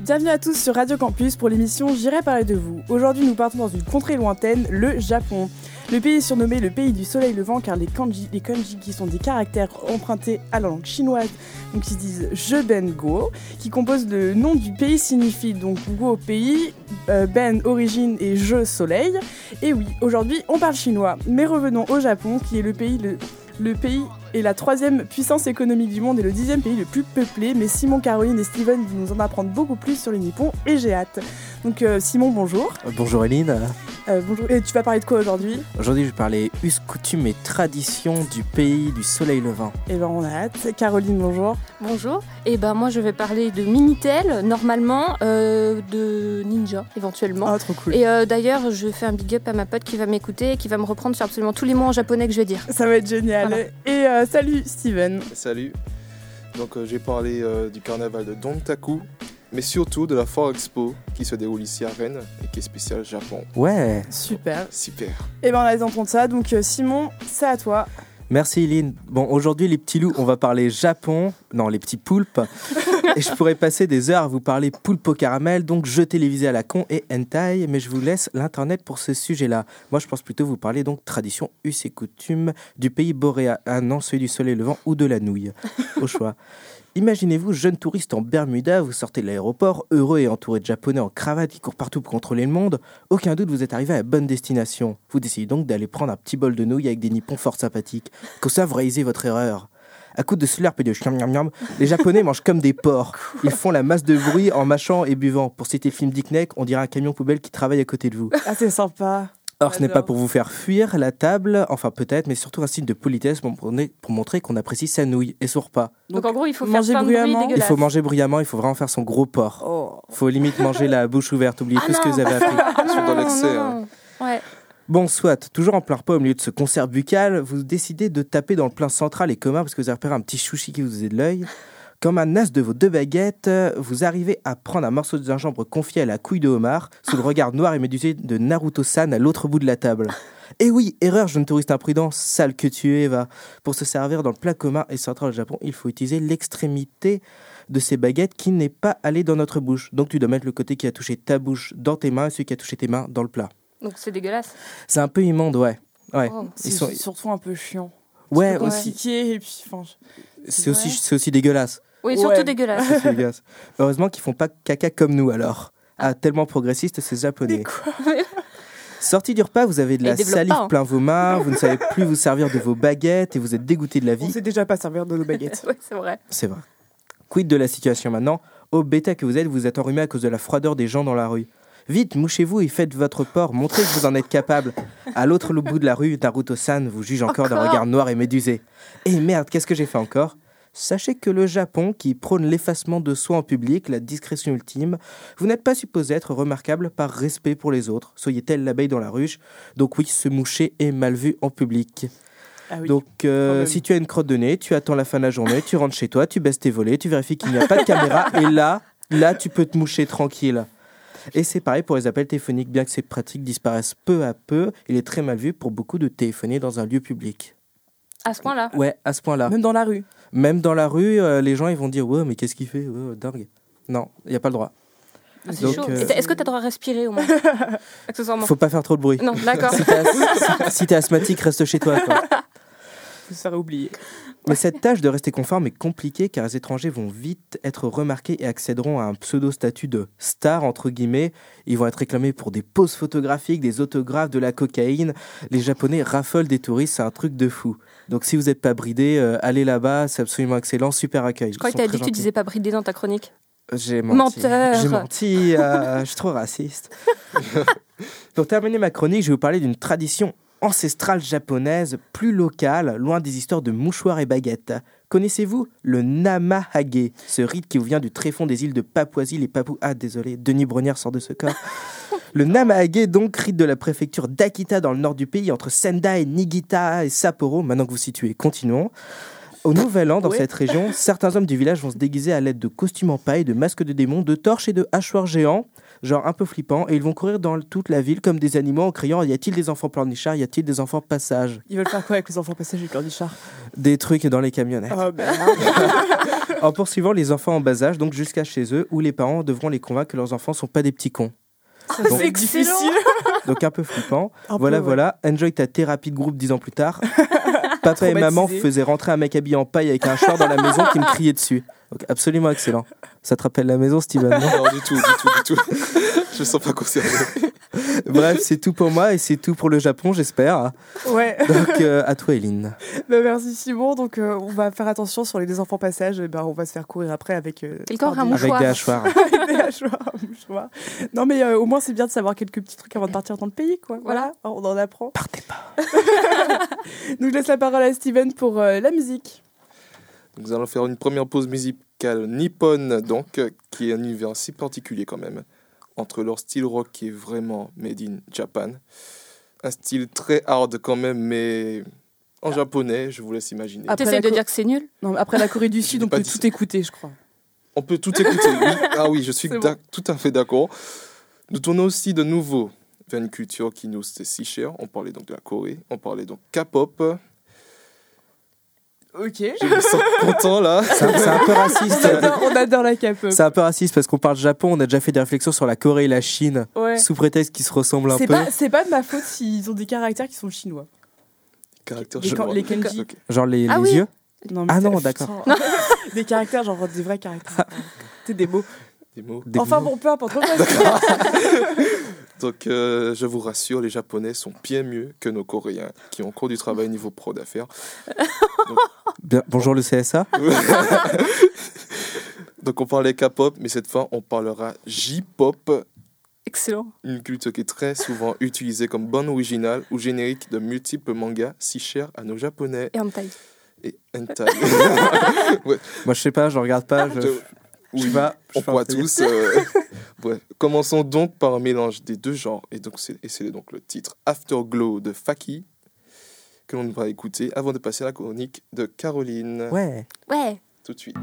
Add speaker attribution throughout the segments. Speaker 1: Bienvenue à tous sur Radio Campus pour l'émission J'irai parler de vous. Aujourd'hui, nous partons dans une contrée lointaine, le Japon. Le pays est surnommé le pays du soleil levant car les kanji, les kanji qui sont des caractères empruntés à la langue chinoise, donc qui se disent Jeben Go, qui composent le nom du pays signifie donc Go pays, euh, Ben origine et Je soleil. Et oui, aujourd'hui on parle chinois, mais revenons au Japon qui est le pays le, le pays est la troisième puissance économique du monde et le dixième pays le plus peuplé, mais Simon, Caroline et Steven vont nous en apprendre beaucoup plus sur les Nippons et j'ai hâte. Donc euh, Simon, bonjour.
Speaker 2: Euh, Bonjour Eline.
Speaker 1: Euh, bonjour. Et tu vas parler de quoi aujourd'hui
Speaker 2: Aujourd'hui, je vais parler us, coutumes et traditions du pays du soleil levant.
Speaker 1: Eh ben on a hâte. Caroline, bonjour.
Speaker 3: Bonjour, et ben moi je vais parler de Minitel, normalement, euh, de Ninja éventuellement.
Speaker 1: Ah, trop cool.
Speaker 3: Et euh, d'ailleurs, je fais un big up à ma pote qui va m'écouter et qui va me reprendre sur absolument tous les mots en japonais que je vais dire.
Speaker 1: Ça va être génial.
Speaker 3: Voilà.
Speaker 1: Et euh, salut Steven.
Speaker 4: Salut. Donc euh, j'ai parlé euh, du carnaval de Dontaku, mais surtout de la Fort Expo qui se déroule ici à Rennes et qui est spéciale Japon.
Speaker 2: Ouais.
Speaker 1: Super.
Speaker 4: Super.
Speaker 1: Et ben on a les entendre ça. Donc euh, Simon, c'est à toi.
Speaker 2: Merci Eline. Bon, aujourd'hui, les petits loups, on va parler Japon. Non, les petits poulpes. et je pourrais passer des heures à vous parler poulpe au caramel, donc jeu télévisé à la con et hentai, mais je vous laisse l'internet pour ce sujet-là. Moi, je pense plutôt vous parler donc tradition, us et coutumes du pays boréal. Ah non, celui du soleil levant ou de la nouille. Au choix. Imaginez-vous, jeune touriste en Bermuda, vous sortez de l'aéroport, heureux et entouré de japonais en cravate qui courent partout pour contrôler le monde. Aucun doute, vous êtes arrivé à la bonne destination. Vous décidez donc d'aller prendre un petit bol de nouilles avec des nippons fort sympathiques. Comme ça, vous réalisez votre erreur. À coups de slurp et de chiam miam miam, les japonais mangent comme des porcs. Ils font la masse de bruit en mâchant et buvant. Pour citer le film Dick Neck, on dirait un camion poubelle qui travaille à côté de vous.
Speaker 1: Ah c'est sympa.
Speaker 2: Or, ce n'est pas
Speaker 1: J'adore.
Speaker 2: pour vous faire fuir la table, enfin peut-être, mais surtout un signe de politesse pour pour montrer qu'on apprécie sa nouille et son repas.
Speaker 3: Donc, en gros, il faut faire
Speaker 1: manger
Speaker 3: plein de bruit
Speaker 1: bruyamment.
Speaker 2: Il
Speaker 3: dégueulasse.
Speaker 2: faut manger bruyamment, il faut vraiment faire son gros porc.
Speaker 1: Oh.
Speaker 2: Faut limite manger la bouche ouverte, oubliez tout ce que vous avez appris.
Speaker 3: Ah
Speaker 4: Ils sont dans
Speaker 3: non,
Speaker 4: l'excès,
Speaker 2: hein.
Speaker 3: non. Ouais.
Speaker 2: Bon, soit, toujours en plein repas au milieu de ce concert buccal, vous décidez de taper dans le plein central et commun parce que vous avez repéré un petit chouchi qui vous faisait de l'œil. Comme un as de vos deux baguettes, euh, vous arrivez à prendre un morceau de gingembre confié à la couille de homard sous le regard noir et médusé de Naruto-san à l'autre bout de la table. Et oui, erreur, jeune touriste imprudent, sale que tu es, va. Pour se servir dans le plat commun et central au Japon, il faut utiliser l'extrémité de ces baguettes qui n'est pas allée dans notre bouche. Donc tu dois mettre le côté qui a touché ta bouche dans tes mains et celui qui a touché tes mains dans le plat.
Speaker 3: Donc c'est dégueulasse.
Speaker 2: C'est un peu immonde, ouais. Ouais,
Speaker 3: Oh.
Speaker 2: Ils
Speaker 1: C'est
Speaker 2: sont-
Speaker 1: surtout un peu chiant.
Speaker 2: ouais,
Speaker 1: Faut
Speaker 2: aussi.
Speaker 1: piquer et puis enfin. je-
Speaker 2: C'est aussi,
Speaker 1: Ouais.
Speaker 2: c'est aussi dégueulasse.
Speaker 3: Oui,
Speaker 1: Ouais.
Speaker 3: surtout dégueulasse.
Speaker 2: C'est aussi dégueulasse. Heureusement qu'ils font pas caca comme nous alors. Ah, tellement progressiste ces japonais.
Speaker 1: Mais quoi
Speaker 2: Sorti du repas, vous avez de
Speaker 3: Et
Speaker 2: la
Speaker 3: développe
Speaker 2: salive
Speaker 3: pas, hein.
Speaker 2: plein vos mains, vous ne savez plus vous servir de vos baguettes et vous êtes dégoûté de la
Speaker 1: On
Speaker 2: vie.
Speaker 1: sait déjà pas servir de nos baguettes.
Speaker 3: Ouais, c'est vrai.
Speaker 2: C'est vrai. Quid de la situation maintenant Au bêta que vous êtes, vous êtes enrhumé à cause de la froideur des gens dans la rue. Vite, mouchez-vous et faites votre port, montrez que vous en êtes capable. À l'autre bout de la rue, Naruto-san vous juge encore d'un
Speaker 3: Encore
Speaker 2: regard noir et médusé. Et merde, qu'est-ce que j'ai fait encore Sachez que le Japon, qui prône l'effacement de soi en public, la discrétion ultime, vous n'êtes pas supposé être remarquable par respect pour les autres. Soyez tel l'abeille dans la ruche. Donc oui, se moucher est mal vu en public.
Speaker 1: Ah oui.
Speaker 2: Donc, euh,
Speaker 1: quand même.
Speaker 2: si tu as une crotte de nez, tu attends la fin de la journée, tu rentres chez toi, tu baisses tes volets, tu vérifies qu'il n'y a pas de caméra, et là, là, tu peux te moucher tranquille. Et c'est pareil pour les appels téléphoniques, bien que ces pratiques disparaissent peu à peu, il est très mal vu pour beaucoup de téléphoner dans un lieu public.
Speaker 3: À ce point-là.
Speaker 1: Ah.
Speaker 2: Ouais, à ce point-là.
Speaker 1: Même dans la rue.
Speaker 2: Même dans la rue, euh, les gens ils vont dire ouais, mais qu'est-ce qu'il fait, ouais, dingue. Non, il n'y a pas le droit.
Speaker 3: Ah, c'est
Speaker 2: Donc,
Speaker 3: chaud.
Speaker 2: euh,
Speaker 3: Et t'as- Est-ce que t'as le droit à respirer au moins Accessoirement.
Speaker 2: Faut pas faire trop de bruit.
Speaker 3: Non, d'accord.
Speaker 2: Si t'es as- si t'es asthmatique, reste chez toi. quoi.
Speaker 1: Vous serez oublié.
Speaker 2: Mais cette tâche de rester conforme est compliquée car les étrangers vont vite être remarqués et accéderont à un pseudo-statut de star, entre guillemets. Ils vont être réclamés pour des poses photographiques, des autographes, de la cocaïne. Les Japonais raffolent des touristes, c'est un truc de fou. Donc si vous n'êtes pas bridé, euh, allez là-bas, c'est absolument excellent, super accueil.
Speaker 3: Je crois que t'as dit que tu disais pas bridé dans ta chronique.
Speaker 2: J'ai menti.
Speaker 3: Menteur.
Speaker 2: J'ai menti. euh, je suis trop raciste. Pour terminer ma chronique, je vais vous parler d'une tradition ancestrale japonaise, plus locale, loin des histoires de mouchoirs et baguettes. Connaissez-vous le Namahage, ce rite qui vous vient du tréfonds des îles de Papouasie, les Papous... Ah, désolé, Denis Brognière sort de ce corps. Le Namahage, donc, rite de la préfecture d'Akita dans le nord du pays, entre Sendai, Niigata et Sapporo. Maintenant que vous situez, continuons. Au Nouvel An, dans
Speaker 1: Ouais.
Speaker 2: cette région, certains hommes du village vont se déguiser à l'aide de costumes en paille, de masques de démons, de torches et de hachoirs géants. genre un peu flippant, et ils vont courir dans toute la ville comme des animaux en criant Y a-t-il des enfants pleurnichards Y a-t-il des enfants passage
Speaker 1: Ils veulent faire quoi avec les enfants passagers et Cornichard
Speaker 2: Des trucs dans les camionnettes.
Speaker 1: Oh merde
Speaker 2: bah, En poursuivant les enfants en bas âge, donc jusqu'à chez eux, où les parents devront les convaincre que leurs enfants sont pas des petits cons. Bon.
Speaker 1: C'est
Speaker 3: Excellent.
Speaker 1: difficile
Speaker 2: Donc un peu flippant.
Speaker 1: Un peu,
Speaker 2: voilà,
Speaker 1: ouais.
Speaker 2: voilà. Enjoy ta thérapie de groupe dix ans plus tard. Papa et maman
Speaker 1: Traumatisé.
Speaker 2: faisaient rentrer un mec habillé en paille avec un char dans la maison qui me criait dessus. Donc absolument excellent. Ça te rappelle la maison, Steven non
Speaker 4: Non, du tout, du tout, du tout. Je me sens pas concerné.
Speaker 2: Bref, c'est tout pour moi et c'est tout pour le Japon, j'espère.
Speaker 1: Ouais
Speaker 2: Donc euh, à toi, Eline.
Speaker 1: Bah, merci Simon. Donc euh, on va faire attention sur les enfants passages. Eh ben, on va se faire courir après avec. euh,
Speaker 3: Quelqu'un
Speaker 1: par
Speaker 3: aura
Speaker 1: des-
Speaker 3: un
Speaker 2: Avec des
Speaker 3: Mouchoir.
Speaker 2: hachoirs.
Speaker 1: avec des hachoirs, un mouchoir. Non mais euh, au moins c'est bien de savoir quelques petits trucs avant de partir dans le pays quoi. Voilà, on en apprend.
Speaker 2: Partez pas.
Speaker 1: Donc je laisse la parole à Steven pour euh, la musique.
Speaker 4: Nous allons faire une première pause musicale nippone, donc, euh, qui est un univers si particulier quand même, entre leur style rock qui est vraiment made in Japan, un style très hard quand même, mais en japonais, je vous laisse imaginer.
Speaker 1: Ah. Après la
Speaker 3: T'essayes de
Speaker 1: co-
Speaker 3: dire que c'est nul
Speaker 1: Non, mais après la Corée du Sud,
Speaker 4: J'ai
Speaker 1: on
Speaker 4: pas
Speaker 1: peut
Speaker 4: dit
Speaker 1: tout
Speaker 4: ça.
Speaker 1: écouter, je crois.
Speaker 4: On peut tout écouter, oui. Ah oui, je suis
Speaker 1: C'est
Speaker 4: d'ac- tout à fait d'accord. Nous tournons aussi de nouveau vers une culture qui nous est si chère. On parlait donc de la Corée, on parlait donc K-pop.
Speaker 1: Ok.
Speaker 4: Je me sens content là.
Speaker 2: C'est un- c'est un peu
Speaker 1: On
Speaker 2: raciste.
Speaker 1: adore, on adore la cape.
Speaker 2: C'est un peu raciste parce qu'on parle Japon, on a déjà fait des réflexions sur la Corée et la Chine,
Speaker 1: Ouais.
Speaker 2: sous prétexte qu'ils se ressemblent un
Speaker 1: C'est
Speaker 2: peu.
Speaker 1: pas, c'est pas de ma faute s'ils ont des caractères qui sont chinois.
Speaker 4: Caractère
Speaker 1: Les-
Speaker 4: chinois.
Speaker 1: les kanji.
Speaker 4: Ok.
Speaker 2: Genre les,
Speaker 3: Ah
Speaker 2: les
Speaker 3: oui.
Speaker 2: yeux.
Speaker 1: Non,
Speaker 2: Ah non,
Speaker 1: putain.
Speaker 2: d'accord. Ah.
Speaker 1: Des caractères, genre des vrais caractères. C'est des mots.
Speaker 4: Des mots.
Speaker 2: Des-
Speaker 1: enfin bon, peu importe. repasse.
Speaker 4: Donc, euh, je vous rassure, les Japonais sont bien mieux que nos Coréens qui ont encore du travail niveau pro d'affaires.
Speaker 2: Bien, bonjour le CSA.
Speaker 4: Donc, on parlait K-pop, mais cette fois, on parlera J-pop,
Speaker 3: Excellent.
Speaker 4: une culture qui est très souvent utilisée comme bande originale ou générique de multiples mangas si chers à nos Japonais
Speaker 3: Et en taille.
Speaker 4: et hentai.
Speaker 2: Moi je sais pas, je regarde pas. Je...
Speaker 4: Je-
Speaker 2: Je sais pas, je
Speaker 4: on
Speaker 2: sais pas
Speaker 4: pourra
Speaker 2: te dire.
Speaker 4: tous. euh, ouais. Commençons donc par un mélange des deux genres. Et donc, c'est et c'est donc le titre Afterglow de Faki que l'on va écouter avant de passer à la chronique de Caroline.
Speaker 2: Ouais.
Speaker 3: Ouais.
Speaker 4: Tout de suite.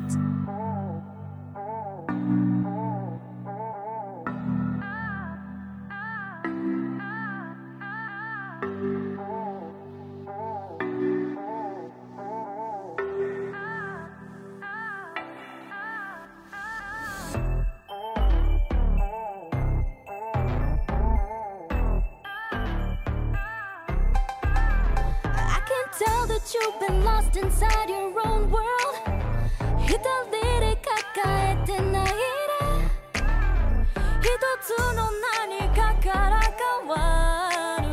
Speaker 5: I can tell that you've been lost inside your own world. 一人で抱えてないで一つの何かから変わる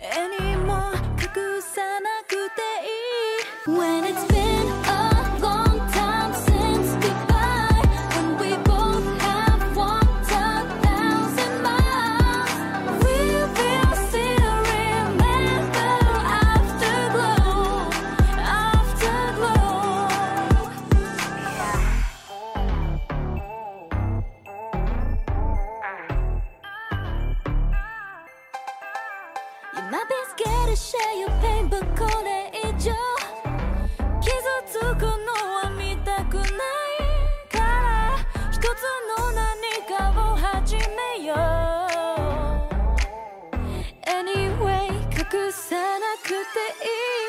Speaker 5: 絵にも隠さなくていい When it's been a long time since goodbye When we both have walked a thousand miles We will still remember afterglow Afterglow You might be scared to share your pain, but これ以上傷つくのは見たくないから一つの何かを始めよう Anyway 隠さなくていい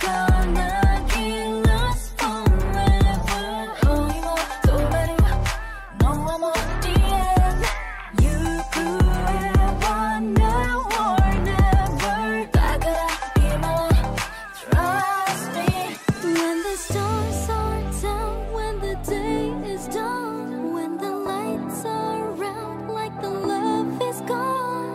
Speaker 5: 儚き lust forever 恋を止める No one more the end 行方は now or never だから今は Trust me When the stars are down When the day is done When the lights are out Like the love is gone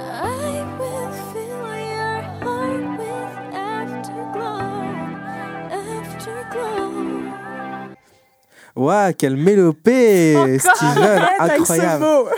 Speaker 5: I will fill your heart with afterglow Afterglow
Speaker 2: Waouh, quelle mélopée Steven,
Speaker 1: Arrête avec ce
Speaker 2: incroyable
Speaker 1: mot.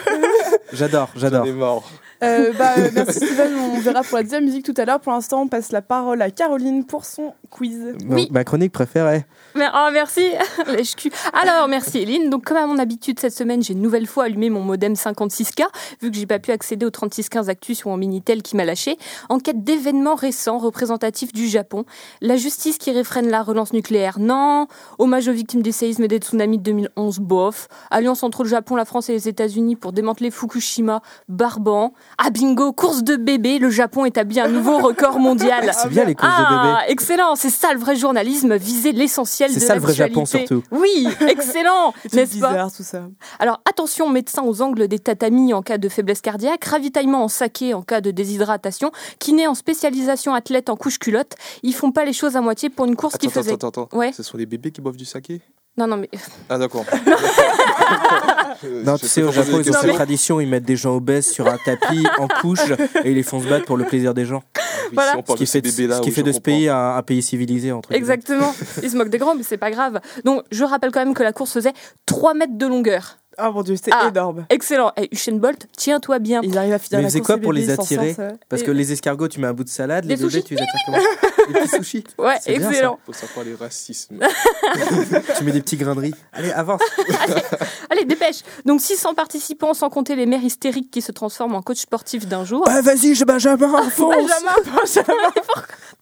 Speaker 2: J'adore,
Speaker 4: J'en
Speaker 2: j'adore.
Speaker 4: ai marre.
Speaker 1: Euh, bah, euh, merci Steven, on verra pour la deuxième musique tout à l'heure. Pour l'instant, on passe la parole à Caroline pour son quiz.
Speaker 2: Mon-
Speaker 3: Oui.
Speaker 2: Ma chronique préférée.
Speaker 3: Mais, oh, merci, lèche Alors, merci Eline. Donc, comme à mon habitude, cette semaine, j'ai une nouvelle fois allumé mon modem 56K, vu que j'ai pas pu accéder au 3615 Actus ou en Minitel qui m'a lâché. En quête d'événements récents représentatifs du Japon, la justice qui réfrène la relance nucléaire, non. Hommage aux victimes des séismes et des tsunamis de 2011, bof. Alliance entre le Japon, la France et les États-Unis pour démanteler Fukushima, barban. Ah bingo, course de bébé, le Japon établit un nouveau record mondial.
Speaker 2: C'est bien les courses de bébé.
Speaker 3: Ah, excellent, c'est ça le vrai journalisme, viser l'essentiel de
Speaker 2: C'est ça le vrai Japon
Speaker 3: l'actualité.
Speaker 2: surtout.
Speaker 3: Oui, excellent,
Speaker 1: C'est
Speaker 3: n'est-ce pas
Speaker 1: bizarre tout ça.
Speaker 3: Alors attention médecins aux angles des tatamis en cas de faiblesse cardiaque, ravitaillement en saké en cas de déshydratation, kiné en spécialisation athlète en couche-culotte, ils font pas les choses à moitié pour une course
Speaker 4: Attends,
Speaker 3: qu'ils
Speaker 4: attends,
Speaker 3: faisaient.
Speaker 4: attends, attends.
Speaker 3: Ouais.
Speaker 4: Ce sont les bébés qui boivent du saké
Speaker 3: Non, non, mais
Speaker 4: Ah, d'accord.
Speaker 2: Non, tu sais, au Japon, ils ont
Speaker 3: questions.
Speaker 2: cette tradition, ils mettent des gens obèses sur un tapis en couche et ils les font se battre pour le plaisir des gens.
Speaker 3: Voilà.
Speaker 2: Ce qui fait, de- ce qui fait de ce pays un, un pays civilisé, entre guillemets.
Speaker 3: exactement, ils se moquent des grands, mais c'est pas grave. Donc je rappelle quand même que la course faisait 3 mètres de longueur.
Speaker 1: Ah mon dieu, c'est
Speaker 3: Ah.
Speaker 1: énorme.
Speaker 3: Excellent, et Usain Bolt, tiens-toi bien.
Speaker 1: Ils arrivent à finir
Speaker 2: Mais
Speaker 1: la
Speaker 2: c'est
Speaker 1: course
Speaker 2: quoi
Speaker 1: des
Speaker 2: pour les
Speaker 1: bébés sans
Speaker 2: attirer
Speaker 1: sens, ouais.
Speaker 2: Parce que les escargots, tu mets un bout de salade, les
Speaker 3: Des
Speaker 2: bébés,
Speaker 3: sushis.
Speaker 2: tu les attires comment Des petits sushis.
Speaker 3: Ouais,
Speaker 2: C'est bien, ça.
Speaker 3: excellent.
Speaker 4: Faut savoir les racismes.
Speaker 2: Tu mets des petits grains de riz. Allez, avance.
Speaker 3: Allez, dépêche Donc 600 participants, sans compter les mères hystériques qui se transforment en coach sportif d'un jour.
Speaker 2: Bah vas-y, je Benjamin,
Speaker 1: Ah,
Speaker 2: fonce
Speaker 3: Benjamin,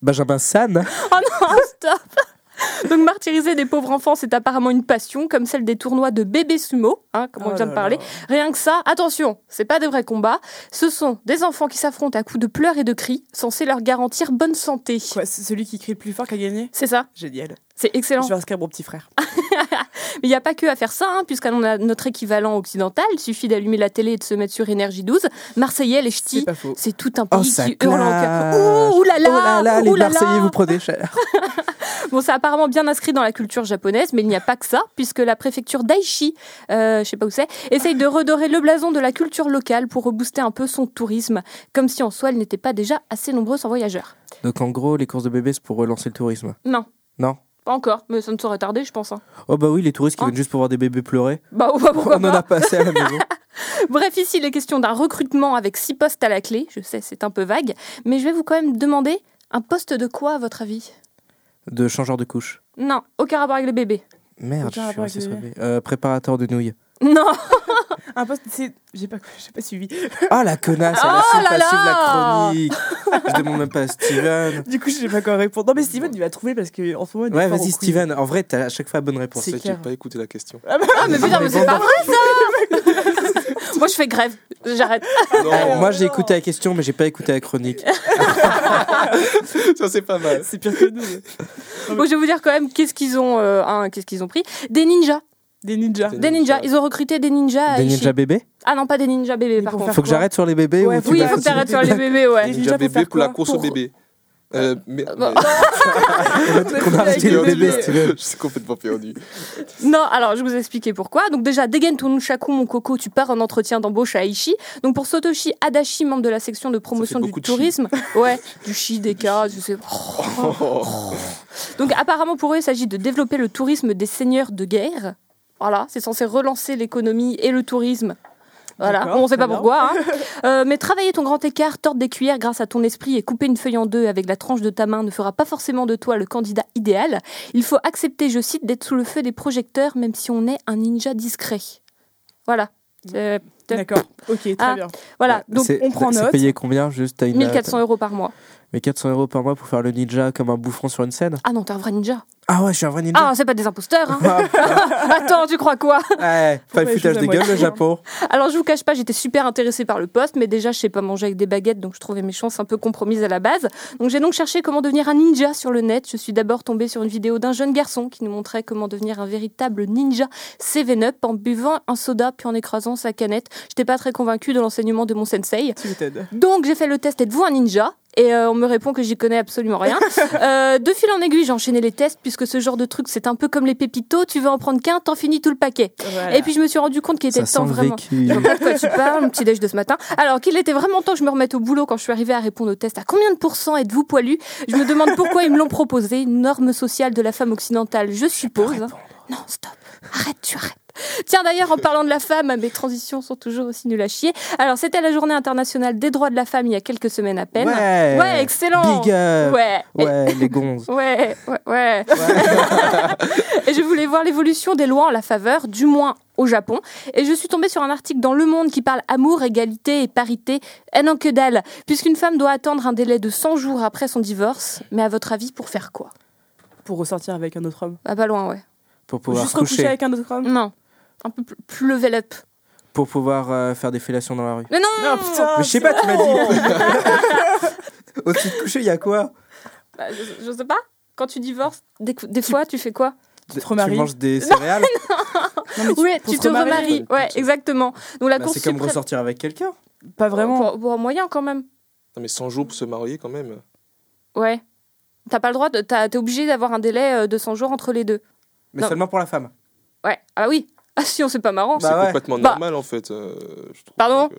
Speaker 2: Benjamin San
Speaker 3: oh non, stop Donc martyriser des pauvres enfants, c'est apparemment une passion, comme celle des tournois de bébé sumo, hein, comme on
Speaker 1: Oh
Speaker 3: vient
Speaker 1: là
Speaker 3: de parler.
Speaker 1: là.
Speaker 3: Rien que ça, attention, c'est pas des vrais combats. Ce sont des enfants qui s'affrontent à coups de pleurs et de cris, censés leur garantir bonne santé.
Speaker 1: Quoi, c'est celui qui crie le plus fort qui a gagné
Speaker 3: C'est ça,
Speaker 1: Génial.
Speaker 3: c'est excellent.
Speaker 1: Je vais inscrire mon petit frère.
Speaker 3: Mais il n'y a pas que à faire ça, hein, puisqu'on a notre équivalent occidental. Il suffit d'allumer la télé et de se mettre sur énergie 12. Marseillais, les ch'tis,
Speaker 1: C'est pas faux.
Speaker 3: C'est tout un
Speaker 2: Oh,
Speaker 3: pays
Speaker 2: ça
Speaker 3: qui hurle en
Speaker 2: clash.
Speaker 3: cœur. Ouh, ouh là là,
Speaker 2: Oh là là, les
Speaker 3: ouh là
Speaker 2: Marseillais
Speaker 3: là.
Speaker 2: vous prenez cher
Speaker 3: Bon, c'est apparemment bien inscrit dans la culture japonaise, mais il n'y a pas que ça, puisque la préfecture d'Aichi, euh, je sais pas où c'est, essaye de redorer le blason de la culture locale pour rebooster un peu son tourisme, comme si en soi elle n'était pas déjà assez nombreuse en voyageurs.
Speaker 2: Donc en gros, les courses de bébés, c'est pour relancer le tourisme.
Speaker 3: Non.
Speaker 2: Non
Speaker 3: Pas encore, mais ça ne saurait tarder, je pense. hein.
Speaker 2: Oh bah oui, les touristes qui
Speaker 3: Hein
Speaker 2: viennent juste pour voir des bébés pleurer.
Speaker 3: Bah, ouais, pourquoi
Speaker 2: Oh, On en
Speaker 3: pas.
Speaker 2: a passé à la maison.
Speaker 3: Bref, ici, il est question d'un recrutement avec six postes à la clé. Je sais, c'est un peu vague, mais je vais vous quand même demander un poste de quoi, à votre avis
Speaker 2: De changeur de couche.
Speaker 3: Non, aucun rapport avec les bébés.
Speaker 2: Merde,
Speaker 1: Aucun
Speaker 2: je suis
Speaker 1: rapport
Speaker 2: resté
Speaker 1: avec
Speaker 2: sur
Speaker 1: les
Speaker 2: le bébé. Euh, Préparateur de nouilles.
Speaker 3: Non
Speaker 1: Un poste, c'est. J'ai pas, j'ai pas suivi.
Speaker 2: Ah la connasse, elle
Speaker 3: Oh
Speaker 2: a su
Speaker 3: là
Speaker 2: pas
Speaker 3: là
Speaker 2: suivre la chronique. Je demande même pas à Steven.
Speaker 1: Du coup, je sais pas quoi répondre. Non, mais Steven, il va trouver parce que en ce moment. il est
Speaker 2: Ouais,
Speaker 1: fort au
Speaker 2: vas-y
Speaker 1: quiz.
Speaker 2: Steven, en vrai, t'as à chaque fois bonne réponse.
Speaker 1: C'est
Speaker 4: J'ai
Speaker 1: clair.
Speaker 4: pas écouté la question.
Speaker 3: Ah, mais putain, mais c'est pas vrai ça Moi je fais grève, j'arrête.
Speaker 2: Euh,
Speaker 4: Non,
Speaker 2: moi j'ai écouté la question, mais j'ai pas écouté la chronique.
Speaker 4: ça c'est pas mal.
Speaker 1: C'est pire que nous.
Speaker 3: Bon, je vais vous dire quand même qu'est-ce qu'ils ont, euh, hein, qu'est-ce qu'ils ont pris. Des ninjas.
Speaker 1: Des ninjas.
Speaker 4: Des
Speaker 3: Des ninjas.
Speaker 4: ninjas.
Speaker 3: Ils ont recruté des ninjas. à
Speaker 2: Des
Speaker 3: Aichi.
Speaker 2: ninjas bébés
Speaker 3: Ah non, pas des ninjas bébés
Speaker 1: Mais
Speaker 3: par
Speaker 1: pour
Speaker 3: contre.
Speaker 1: faire
Speaker 2: Faut que
Speaker 1: quoi
Speaker 2: j'arrêtes sur les bébés
Speaker 1: Ouais,
Speaker 2: ou tu
Speaker 1: faut-
Speaker 3: Oui, il
Speaker 2: vas-
Speaker 3: faut que t'arrêtes sur les bébés, ouais.
Speaker 1: Des
Speaker 4: Ninja
Speaker 1: ninjas pour
Speaker 4: bébé
Speaker 1: faire
Speaker 4: pour la
Speaker 1: quoi
Speaker 4: course au
Speaker 1: Pour-
Speaker 4: bébé. Euh, mais-
Speaker 3: Bon.
Speaker 4: mais-
Speaker 2: qu'on a arrêté les bébés, Steven.
Speaker 4: je suis complètement perdu.
Speaker 3: Non, alors je vous expliquer pourquoi. Donc déjà, dégaine ton nunchaku, mon coco, tu pars en entretien d'embauche à Aichi. Donc pour Sotoshi Adachi, membre de la section de promotion
Speaker 4: fait
Speaker 3: du
Speaker 4: beaucoup de
Speaker 3: tourisme, ouais, du chi, des cas, je sais.
Speaker 4: Oh.
Speaker 3: Donc apparemment pour eux, il s'agit de développer le tourisme des seigneurs de guerre. Voilà, c'est censé relancer l'économie et le tourisme. Voilà,
Speaker 1: D'accord,
Speaker 3: on ne sait
Speaker 1: très
Speaker 3: pas
Speaker 1: bien.
Speaker 3: pourquoi. hein. Euh, mais travailler ton grand écart, tordre des cuillères grâce à ton esprit et couper une feuille en deux avec la tranche de ta main ne fera pas forcément de toi le candidat idéal. Il faut accepter, je cite, d'être sous le feu des projecteurs même si on est un ninja discret. Voilà. Euh,
Speaker 1: D'accord. Ok, très
Speaker 3: Ah.
Speaker 1: bien.
Speaker 3: voilà, donc
Speaker 2: C'est-
Speaker 1: on prend
Speaker 2: c'est
Speaker 1: note.
Speaker 2: payé combien juste à une
Speaker 3: 1400 euros par mois.
Speaker 2: Mais 400 euros par mois pour faire le ninja comme un bouffon sur une scène
Speaker 3: Ah non, t'es un vrai ninja.
Speaker 2: Ah ouais, je suis un vrai ninja.
Speaker 3: Ah, c'est pas des imposteurs. hein. Attends, tu crois quoi
Speaker 2: ouais, pas le
Speaker 1: les
Speaker 2: foutage
Speaker 1: choses à
Speaker 2: de gueule
Speaker 1: moitié,
Speaker 2: le Japon.
Speaker 3: Alors je vous cache pas, j'étais super intéressée par le poste, mais déjà je sais pas manger avec des baguettes, donc je trouvais mes chances un peu compromises à la base. Donc j'ai donc cherché comment devenir un ninja sur le net. Je suis d'abord tombée sur une vidéo d'un jeune garçon qui nous montrait comment devenir un véritable ninja 7-up en buvant un soda puis en écrasant sa canette. J'étais pas très convaincue de l'enseignement de mon sensei.
Speaker 1: Tu m'étonnes.
Speaker 3: Donc j'ai fait le test êtes-vous un ninja et euh, on me répond que j'y connais absolument rien. Euh, de fil en aiguille, j'ai enchaîné les tests puisque ce genre de truc, c'est un peu comme les pépitos. Tu veux en prendre qu'un, t'en finis tout le paquet.
Speaker 1: Voilà.
Speaker 3: Et puis je me suis rendu compte qu'il était
Speaker 2: Ça
Speaker 3: temps
Speaker 2: sent le
Speaker 3: vraiment.
Speaker 2: vécu.
Speaker 3: Je vois pas de quoi tu parles, mon petit déj de ce matin. Alors qu'il était vraiment temps que je me remette au boulot quand je suis arrivée à répondre au test. À combien de pourcents êtes-vous poilu Je me demande pourquoi ils me l'ont proposé. Norme sociale de la femme occidentale, je suppose. Non, stop. Arrête, tu arrêtes. Tiens d'ailleurs, en parlant de la femme, mes transitions sont toujours aussi nulles à chier. Alors c'était la journée internationale des droits de la femme il y a quelques semaines à peine.
Speaker 2: Ouais.
Speaker 3: Ouais, excellent.
Speaker 2: Big up.
Speaker 3: Ouais. Et-
Speaker 2: Ouais, les gonzes.
Speaker 3: Ouais, ouais, ouais. et je voulais voir l'évolution des lois en la faveur, du moins au Japon. Et je suis tombée sur un article dans Le Monde qui parle amour, égalité et parité. Eh non, que dalle Puisqu'une femme doit attendre un délai de 100 jours après son divorce. Mais à votre avis, pour faire quoi
Speaker 1: Pour ressortir avec un autre homme.
Speaker 3: Ah, pas loin, ouais.
Speaker 2: Pour pouvoir
Speaker 1: Juste recoucher
Speaker 2: coucher,
Speaker 1: avec un autre homme.
Speaker 3: Non. Un peu plus, plus level up.
Speaker 2: pour pouvoir euh, faire des fellations dans la rue.
Speaker 3: Mais non
Speaker 1: Non, Ah, putain
Speaker 2: Mais je sais pas, tu m'as dit. Oh, Au-dessus de coucher, il y a quoi
Speaker 3: Bah, je, je sais pas. Quand tu divorces, des, des fois, tu fais quoi
Speaker 1: Tu te remaries.
Speaker 2: manges des céréales Bah,
Speaker 1: Non, mais
Speaker 3: Oui,
Speaker 1: pour
Speaker 3: tu
Speaker 1: se
Speaker 3: te
Speaker 1: remarier.
Speaker 3: remaries.
Speaker 4: Ouais,
Speaker 3: Ouais, exactement. Donc la
Speaker 2: Bah,
Speaker 3: Cour
Speaker 2: C'est comme
Speaker 3: suprême-
Speaker 2: ressortir avec quelqu'un.
Speaker 1: Pas vraiment.
Speaker 3: Pour, pour un moyen, quand même.
Speaker 4: Non, mais 100 jours pour se marier quand même.
Speaker 3: Ouais. T'as pas le droit, de- t'as- t'es obligé d'avoir un délai euh, de 100 jours entre les deux.
Speaker 2: Mais
Speaker 3: Non.
Speaker 2: seulement pour la femme.
Speaker 3: Ouais. Ah bah oui. Ah sinon, c'est pas marrant.
Speaker 2: Bah
Speaker 4: c'est
Speaker 2: ouais.
Speaker 4: complètement
Speaker 3: Bah.
Speaker 4: normal en fait. euh, je trouve
Speaker 3: Pardon
Speaker 4: que-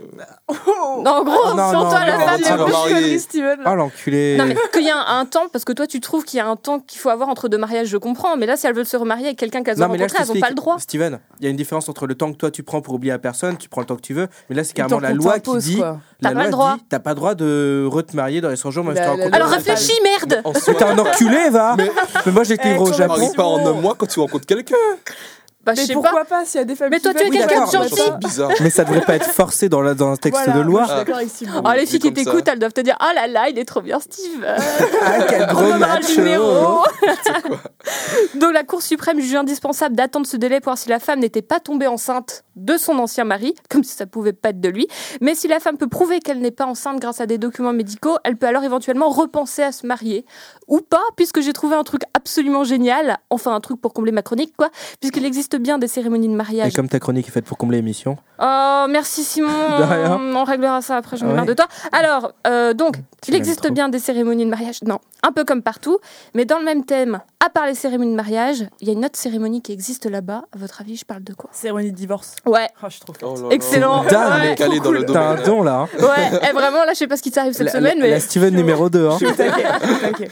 Speaker 3: Non, en gros,
Speaker 2: Non,
Speaker 3: sur
Speaker 2: non,
Speaker 3: toi, la
Speaker 2: non,
Speaker 3: femme.
Speaker 4: non, non.
Speaker 1: Je suis
Speaker 4: marié.
Speaker 1: Chris Steven.
Speaker 2: Ah l'enculé.
Speaker 3: Non, mais qu'il y a un temps, parce que toi, tu trouves qu'il y a un temps qu'il faut avoir entre deux mariages, je comprends. Mais là, si elles veulent se remarier avec quelqu'un qu'elles
Speaker 2: là,
Speaker 3: ont rencontré,
Speaker 2: je
Speaker 3: elles ont pas le
Speaker 2: t'explique.
Speaker 3: droit.
Speaker 2: Steven, il y a une différence entre le temps que toi tu prends pour oublier la personne, tu prends le temps que tu veux, mais là c'est
Speaker 1: Tant
Speaker 2: carrément la
Speaker 1: qu'on
Speaker 2: loi qui
Speaker 1: t'impose,
Speaker 2: dit
Speaker 1: quoi.
Speaker 2: la
Speaker 3: T'as pas le
Speaker 2: loi
Speaker 3: droit.
Speaker 2: dit t'as pas le droit Bah, de re-te marier dans les 100 jours même si
Speaker 1: La-
Speaker 2: t'es
Speaker 1: la-
Speaker 2: rencontré.
Speaker 1: la-
Speaker 3: Alors
Speaker 1: Ouais,
Speaker 3: réfléchis, merde
Speaker 4: En soi,
Speaker 2: T'es un enculé, Eva
Speaker 4: Mais-
Speaker 2: Mais, moi j'ai été
Speaker 1: Eh,
Speaker 2: au
Speaker 1: ton
Speaker 2: Japon.
Speaker 4: marie pas en un mois quand tu rencontres quelqu'un.
Speaker 3: Bah, je
Speaker 1: Mais
Speaker 3: sais
Speaker 1: pourquoi
Speaker 3: pas.
Speaker 1: pas, s'il y a des femmes
Speaker 3: Mais
Speaker 1: qui
Speaker 3: toi, tu
Speaker 1: veulent-
Speaker 3: es
Speaker 1: Oui,
Speaker 3: quelqu'un de
Speaker 1: d'accord,
Speaker 3: gentil.
Speaker 1: d'accord.
Speaker 4: C'est bizarre.
Speaker 2: Mais ça devrait pas être forcé dans, la- dans un texte
Speaker 1: Voilà,
Speaker 2: de loi.
Speaker 1: Je suis d'accord avec Simon.
Speaker 3: Ah, les
Speaker 4: Vu
Speaker 3: filles qui
Speaker 4: comme ça.
Speaker 3: t'écoutent, elles doivent te dire Ah là là, il est trop bien, Steve
Speaker 2: Ah, quel
Speaker 3: On
Speaker 2: gros euh, hein.
Speaker 3: donnera le
Speaker 2: macho.
Speaker 3: numéro. Donc la Cour suprême juge indispensable d'attendre ce délai pour voir si la femme n'était pas tombée enceinte de son ancien mari, comme si ça pouvait pas être de lui. Mais si la femme peut prouver qu'elle n'est pas enceinte grâce à des documents médicaux, elle peut alors éventuellement repenser à se marier. Ou pas, puisque j'ai trouvé un truc absolument génial, enfin un truc pour combler ma chronique, quoi, puisqu'il existe bien des cérémonies de
Speaker 2: Et
Speaker 3: mariage.
Speaker 2: comme ta chronique est faite pour combler l'émission,
Speaker 3: Oh, merci Simon,
Speaker 2: De rien. Ah
Speaker 3: on, on réglera ça après, j'en ai
Speaker 2: Ouais. Mmh,
Speaker 3: marre de toi. Alors, euh, donc,
Speaker 2: Tu
Speaker 3: il
Speaker 2: m'aimes
Speaker 3: existe
Speaker 2: trop.
Speaker 3: bien des cérémonies de mariage, non, un peu comme partout, mais dans le même thème, à part les cérémonies de mariage, il y a une autre cérémonie qui existe là-bas. À votre avis, je parle de quoi
Speaker 1: Cérémonie de divorce.
Speaker 3: Ouais,
Speaker 1: Ah, je suis trop
Speaker 4: Oh là là.
Speaker 3: excellent.
Speaker 2: Dingue,
Speaker 3: ouais,
Speaker 2: mais
Speaker 3: trop
Speaker 4: calé dans le
Speaker 3: cool.
Speaker 4: dos.
Speaker 2: t'as un
Speaker 4: Domaine.
Speaker 2: don là. hein.
Speaker 3: Ouais, eh, vraiment, là, je sais pas ce qui t'arrive cette
Speaker 2: La-
Speaker 3: semaine,
Speaker 2: la,
Speaker 3: mais.
Speaker 2: la Steven numéro hein. 2.
Speaker 1: Au taquet, au taquet.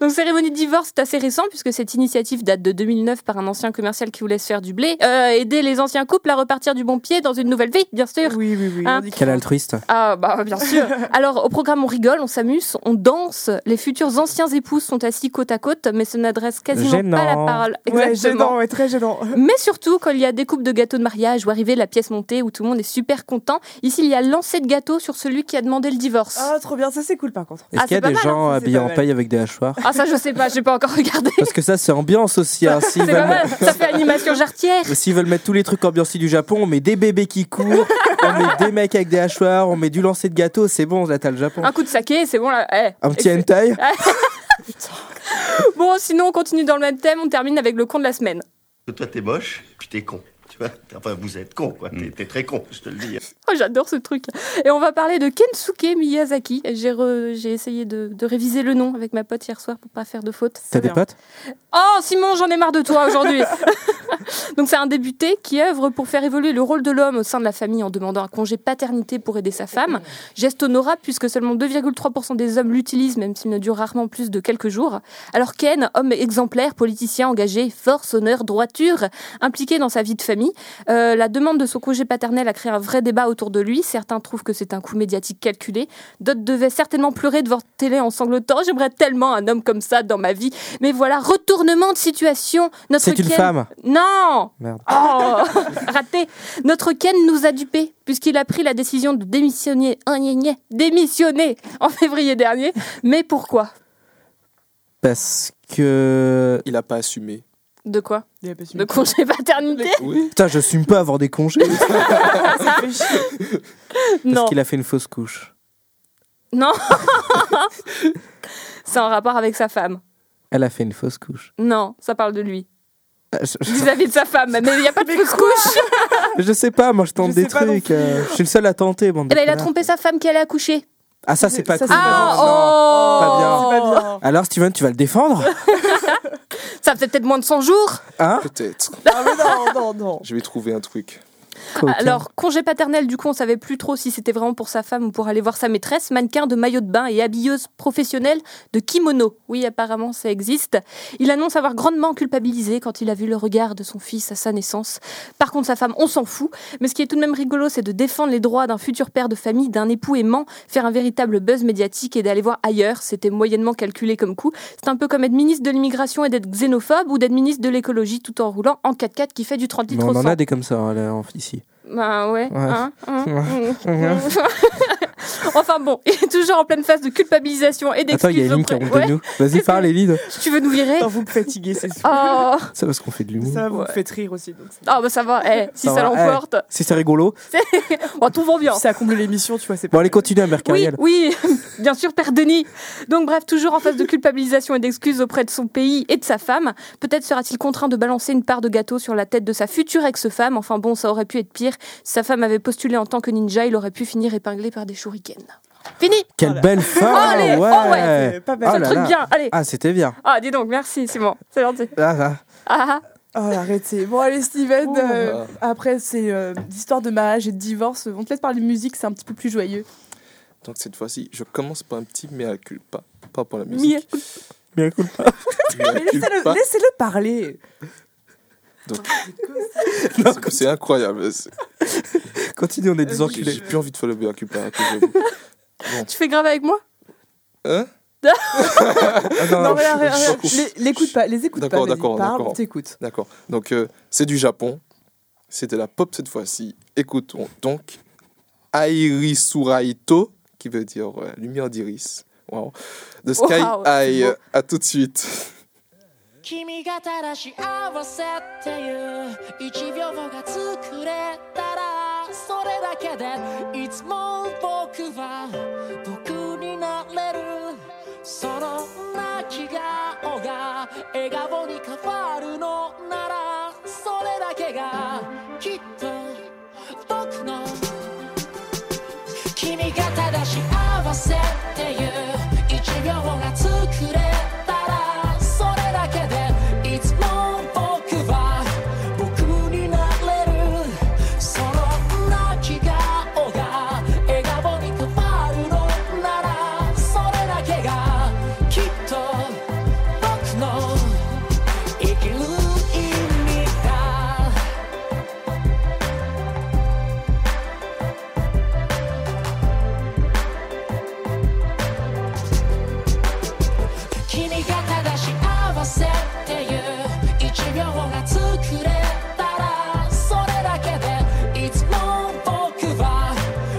Speaker 3: Donc cérémonie de divorce, c'est assez récent puisque cette initiative date de 2009 par un ancien commercial qui voulait se faire du blé, euh, aider les anciens couples à repartir du bon pied dans une nouvelle vie, bien sûr.
Speaker 1: Oui, oui, oui.
Speaker 3: Hein.
Speaker 1: on dit que-
Speaker 2: Quel altruiste.
Speaker 3: Ah bah bien sûr. Alors au programme on rigole, on s'amuse, on danse. Les futurs anciens époux sont assis côte à côte, mais ça n'adresse quasiment
Speaker 2: Gênant.
Speaker 3: pas la parole.
Speaker 1: Ouais,
Speaker 3: Exactement.
Speaker 1: gênant, ouais, très gênant.
Speaker 3: mais surtout quand il y a des coupes de gâteaux de mariage ou arrivée la pièce montée où tout le monde est super content. Ici il y a lancer de gâteau sur celui qui a demandé le divorce.
Speaker 1: Ah, trop bien, ça c'est cool par contre.
Speaker 2: Est-ce
Speaker 3: Ah,
Speaker 2: qu'il y a
Speaker 3: c'est pas
Speaker 2: des
Speaker 3: mal,
Speaker 2: gens
Speaker 1: hein, c'est
Speaker 2: habillés
Speaker 1: pas
Speaker 2: en
Speaker 1: mal.
Speaker 2: paille avec des hachoirs
Speaker 3: Ah ça je sais pas, j'ai pas encore regardé.
Speaker 2: Parce que ça c'est ambiance aussi. Hein. S'ils
Speaker 3: C'est
Speaker 2: veulent-
Speaker 3: pas mal, ça fait animation jarretière.
Speaker 2: S'ils veulent mettre tous les trucs ambianciers du Japon, on met des bébés qui courent, on met des mecs avec des hachoirs, on met du lancer de gâteau, c'est bon, là t'as le Japon.
Speaker 3: Un coup de saké, Ah, c'est bon là. Eh,
Speaker 2: Un petit
Speaker 3: excellent.
Speaker 2: hentai
Speaker 3: Bon sinon on continue dans le même thème, on termine avec le con de la semaine.
Speaker 6: Toi, t'es moche, puis t'es con. Tu vois Enfin, vous êtes con, quoi. T'es- T'es très con, je te le dis.
Speaker 3: Oh, J'adore ce truc. Et on va parler de Kensuke Miyazaki. J'ai re- j'ai essayé de, de réviser le nom avec ma pote hier soir pour pas faire de faute.
Speaker 2: T'as des
Speaker 1: bien.
Speaker 2: potes
Speaker 3: Oh Simon, j'en ai marre de toi aujourd'hui. Donc c'est un débuté qui œuvre pour faire évoluer le rôle de l'homme au sein de la famille en demandant un congé paternité pour aider sa femme. Geste honorable puisque seulement 2,3% des hommes l'utilisent même s'il ne dure rarement plus de quelques jours. Alors Ken, homme exemplaire, politicien engagé, force, honneur, droiture, impliqué dans sa vie de famille, euh, la demande de son congé paternel a créé un vrai débat autour de lui. Certains trouvent que c'est un coup médiatique calculé, d'autres devaient certainement pleurer devant télé en sanglotant. J'aimerais tellement un homme comme ça dans ma vie. Mais voilà, retournement de situation. Notre
Speaker 2: C'est une
Speaker 3: Ken-
Speaker 2: femme
Speaker 3: Non
Speaker 2: Merde.
Speaker 3: Oh Raté Notre Ken nous a dupés, puisqu'il a pris la décision de démissionner, un gna gna, démissionner en février dernier. Mais pourquoi
Speaker 2: Parce que.
Speaker 4: Il a pas assumé.
Speaker 3: De quoi
Speaker 1: Il y a pas su-
Speaker 3: De congé paternité
Speaker 4: Oui.
Speaker 2: Putain, j'assume pas avoir des congés
Speaker 1: Ça fait chier.
Speaker 3: Non.
Speaker 2: Parce qu'il a fait une fausse couche.
Speaker 3: Non C'est en rapport avec sa femme.
Speaker 2: Elle a fait une fausse couche.
Speaker 3: Non, ça parle de lui.
Speaker 2: Ah, Je, je-
Speaker 3: Vis-à-vis de sa femme. Mais il n'y a pas de fausse couche
Speaker 2: je sais pas, moi je tente
Speaker 1: Je
Speaker 2: des
Speaker 1: sais pas non
Speaker 2: trucs.
Speaker 1: plus.
Speaker 2: euh, je suis le seul à tenter, bande
Speaker 3: Eh
Speaker 2: de
Speaker 3: ben, il a
Speaker 2: connards.
Speaker 3: trompé sa femme qui allait accoucher.
Speaker 2: Ah, ça c'est pas
Speaker 1: Ça,
Speaker 2: cool.
Speaker 1: c'est pas
Speaker 3: Ah,
Speaker 1: bien,
Speaker 2: non,
Speaker 3: oh
Speaker 1: C'est pas bien.
Speaker 2: Alors Steven, tu vas le défendre
Speaker 3: Ça fait peut-être moins de 100 jours
Speaker 2: Hein
Speaker 4: Peut-être.
Speaker 1: Ah, mais non, non, non.
Speaker 4: Je vais trouver un truc.
Speaker 2: Aucun.
Speaker 3: Alors, congé paternel, du coup, on savait plus trop si c'était vraiment pour sa femme ou pour aller voir sa maîtresse. Mannequin de maillot de bain et habilleuse professionnelle de kimono. Oui, apparemment, ça existe. Il annonce avoir grandement culpabilisé quand il a vu le regard de son fils à sa naissance. Par contre, sa femme, on s'en fout. Mais ce qui est tout de même rigolo, c'est de défendre les droits d'un futur père de famille, d'un époux aimant, faire un véritable buzz médiatique et d'aller voir ailleurs. C'était moyennement calculé comme coût. C'est un peu comme être ministre de l'immigration et d'être xénophobe ou d'être ministre de l'écologie tout en roulant en 4x4 qui fait du 30
Speaker 2: Mais
Speaker 3: litres
Speaker 2: on
Speaker 3: au
Speaker 2: en
Speaker 3: 100.
Speaker 2: a des comme ça hein, là, en- ici.
Speaker 3: Ben
Speaker 2: Ouais.
Speaker 3: ouais. hein, hein,
Speaker 2: Ouais.
Speaker 3: mm, mm. enfin bon, il est toujours en pleine phase de culpabilisation et d'excuses.
Speaker 2: Attends, il y a Eline qui
Speaker 3: auprès-
Speaker 2: rentre
Speaker 3: Ouais,
Speaker 2: de nous. Vas-y,
Speaker 3: Qu'est-ce
Speaker 2: parle,
Speaker 3: que-
Speaker 2: Eline.
Speaker 3: Tu veux nous virer
Speaker 1: Attends, vous me fatiguez, c'est sûr.
Speaker 3: Oh,
Speaker 2: C'est parce qu'on fait de l'humour.
Speaker 1: Ça vous
Speaker 3: Ouais.
Speaker 1: fait rire aussi. donc c'est-
Speaker 3: Ah, bah ça va, eh, si
Speaker 2: Ça
Speaker 3: ça,
Speaker 2: va, eh.
Speaker 3: l'emporte,
Speaker 2: Si c'est rigolo.
Speaker 3: bon, tout va bien.
Speaker 1: Ça comble l'émission, tu vois. C'est
Speaker 2: Bon,
Speaker 1: pas-
Speaker 2: allez, continue, Amber
Speaker 3: Oui,
Speaker 2: Cariel.
Speaker 3: oui, bien sûr, Père Denis. Donc, bref, toujours en phase de culpabilisation et d'excuses auprès de son pays et de sa femme. Peut-être sera-t-il contraint de balancer une part de gâteau sur la tête de sa future ex-femme. Enfin bon, ça aurait pu être pire. Si sa femme avait postulé en tant que ninja, il aurait pu finir épinglé par des shurikens. Fini
Speaker 2: Quelle
Speaker 1: Voilà.
Speaker 2: belle fin
Speaker 3: Oh, allez,
Speaker 1: Euh,
Speaker 3: oh,
Speaker 2: ouais.
Speaker 1: Pas
Speaker 2: Ah
Speaker 3: Ce
Speaker 1: mal.
Speaker 2: là
Speaker 3: truc
Speaker 2: là.
Speaker 3: bien, allez.
Speaker 2: Ah, c'était bien.
Speaker 3: Ah, dis donc, merci, c'est bon, c'est gentil.
Speaker 2: Ah, ah.
Speaker 3: Ah, ah.
Speaker 1: Oh, arrêtez. Bon, allez, Steven.
Speaker 4: Ouh.
Speaker 1: euh, après, c'est euh, l'histoire de mariage et de divorce. On te laisse parler de musique, c'est un petit peu plus joyeux.
Speaker 4: Donc cette fois-ci, je commence par un petit mea culpa. Pas pour la
Speaker 3: Mea
Speaker 4: musique.
Speaker 2: Bien cool.
Speaker 4: Mea
Speaker 1: Mais laissez-le
Speaker 4: culpa.
Speaker 1: laissez-le parler.
Speaker 4: C'est- C'est incroyable. C'est-
Speaker 2: Continue, on est
Speaker 1: Ah,
Speaker 2: des
Speaker 4: J'ai
Speaker 2: enculés.
Speaker 4: j'ai plus envie de faire le mea culpa. hein, que j'avoue.
Speaker 3: tu fais grave avec moi
Speaker 4: Hein
Speaker 2: Ah, non,
Speaker 1: Non, mais là,
Speaker 4: je-
Speaker 1: regarde,
Speaker 4: je-
Speaker 1: les- L'écoute pas, les écoute
Speaker 4: D'accord,
Speaker 1: pas.
Speaker 4: d'accord,
Speaker 1: D'accord, Parle,
Speaker 4: d'accord.
Speaker 1: t'écoutes.
Speaker 4: D'accord. Donc euh, c'est du Japon. C'est de la pop cette fois-ci. Écoutons donc Airisuraito, qui veut dire euh, lumière d'iris. Wow. De Sky
Speaker 3: Wow, c'est
Speaker 4: High. euh,
Speaker 3: beau.
Speaker 4: À tout de suite.
Speaker 5: 君がただ幸せっていう一秒が作れたらそれだけでいつも僕は僕になれるその泣き顔が笑顔に変わるのならそれだけがきっと僕の君がただ幸せっていう一秒が作れたらそれだけでいつも僕は僕になれるその泣き顔が笑顔に変わるのならそれだけがきっと僕の生きる意味だ君がただ幸せっていう一秒が作れたらそれだけでいつも僕は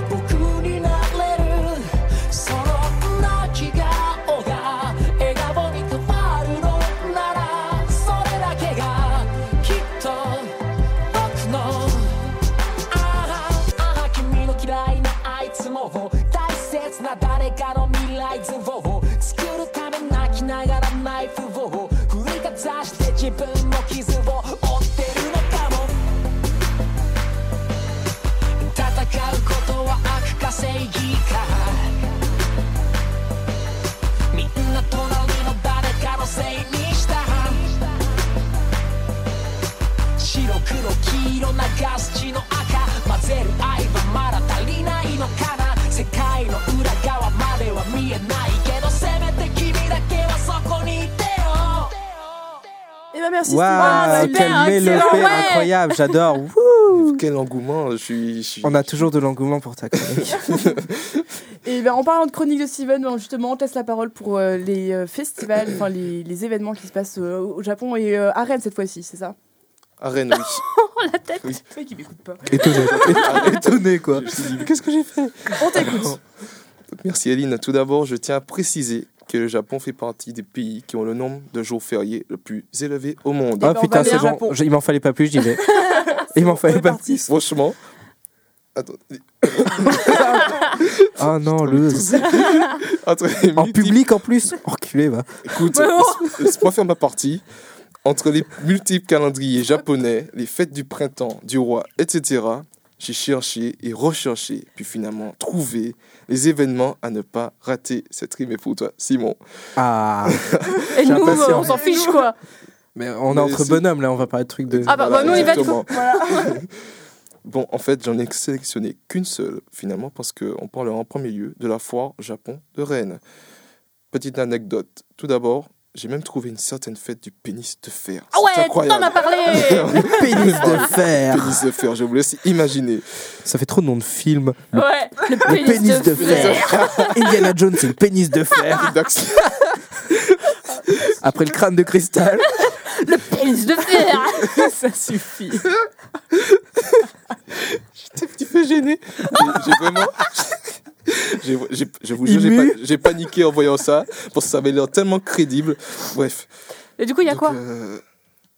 Speaker 5: 僕になれるその泣き顔が笑顔に変わるのならそれだけがきっと僕のああああ君の嫌いなあいつも大切な誰かの未来図を作るため泣きながらナイフを振りかざして自分の傷を負ってるのかも戦うことは悪か正義かみんな隣の誰かのせいにした白黒黄色なガス地の赤混ぜる愛はまだ足りないのかな世界の裏側までは見えないけどせめて君だけはそこにいてよ
Speaker 1: Et bah, merci,
Speaker 2: Waouh,
Speaker 1: Steven.
Speaker 2: quelle
Speaker 3: super, excellent,
Speaker 2: mélopée
Speaker 3: ouais.
Speaker 2: incroyable, j'adore. Wouh.
Speaker 4: Quel engouement. Je suis. je suis-
Speaker 2: On a toujours de l'engouement pour ta chronique.
Speaker 1: Et ben, en parlant de chronique de Steven, ben, justement, on te laisse la parole pour euh, les euh, festivals, enfin les, les événements qui se passent euh, au Japon et euh, à Rennes cette fois-ci, c'est ça
Speaker 4: À Rennes, oui.
Speaker 3: Oh la tête
Speaker 1: Toi qui m'écoute pas.
Speaker 2: Étonné, étonné quoi.
Speaker 4: Je me suis dit, mais qu'est-ce que j'ai fait
Speaker 1: On t'écoute.
Speaker 4: Donc, Merci Aline. Tout d'abord, je tiens à préciser que le Japon fait partie des pays qui ont le nombre de jours fériés le plus élevé au monde.
Speaker 1: ben,
Speaker 2: Ah
Speaker 1: on
Speaker 2: putain,
Speaker 1: va
Speaker 2: c'est
Speaker 1: bien.
Speaker 2: bon. Je- Il m'en fallait pas plus, j'y vais. Il m'en
Speaker 1: On
Speaker 2: fallait
Speaker 1: est
Speaker 2: pas
Speaker 1: parti.
Speaker 2: plus.
Speaker 4: Franchement. Attends,
Speaker 2: Ah non, le.
Speaker 4: entre les
Speaker 2: En
Speaker 4: multiples-
Speaker 2: public en plus Enculé, va.
Speaker 4: Écoute,
Speaker 3: Mais bon.
Speaker 4: laisse- laisse-moi faire ma partie. Entre les multiples calendriers japonais, les fêtes du printemps, du roi, etc., j'ai cherché et recherché, puis finalement trouvé les événements à ne pas rater. Cette rime est pour toi, Simon.
Speaker 2: Ah
Speaker 3: Et
Speaker 2: J'ai
Speaker 3: nous,
Speaker 2: impatient.
Speaker 3: euh, on s'en fiche quoi
Speaker 2: Mais on est entre
Speaker 4: c'est-
Speaker 3: bah,
Speaker 2: bonhommes là, on va parler de trucs de.
Speaker 3: Ah bah, bah, nous, on y va de
Speaker 4: exactement. Bon, en fait, j'en ai sélectionné qu'une seule, finalement, parce qu'on parlera en premier lieu de la foire Japon de Rennes. Petite anecdote. Tout d'abord, j'ai même trouvé une certaine fête du pénis de fer.
Speaker 3: Ah
Speaker 4: C'est
Speaker 3: ouais, t'en
Speaker 4: incroyable.
Speaker 3: as parlé
Speaker 2: Le pénis de fer
Speaker 4: Pénis de fer, je vous laisse imaginer.
Speaker 2: Ça fait trop de nom de film. Le,
Speaker 3: Ouais, le
Speaker 2: le
Speaker 3: pénis,
Speaker 2: pénis de,
Speaker 3: de
Speaker 2: fer Indiana Jones, c'est le pénis de
Speaker 3: Ah.
Speaker 2: fer
Speaker 4: Dax-
Speaker 2: Après le crâne de cristal
Speaker 3: Le pénis de fer
Speaker 1: Ça suffit.
Speaker 4: T'es un petit peu gêné. J'ai- J'ai vraiment. j'ai- j'ai- je vous jure, j'ai
Speaker 2: Ému.
Speaker 4: pa- j'ai paniqué en voyant ça, parce que ça avait l'air tellement crédible. Bref.
Speaker 3: Et du coup, il y a
Speaker 4: Donc,
Speaker 3: quoi
Speaker 4: euh,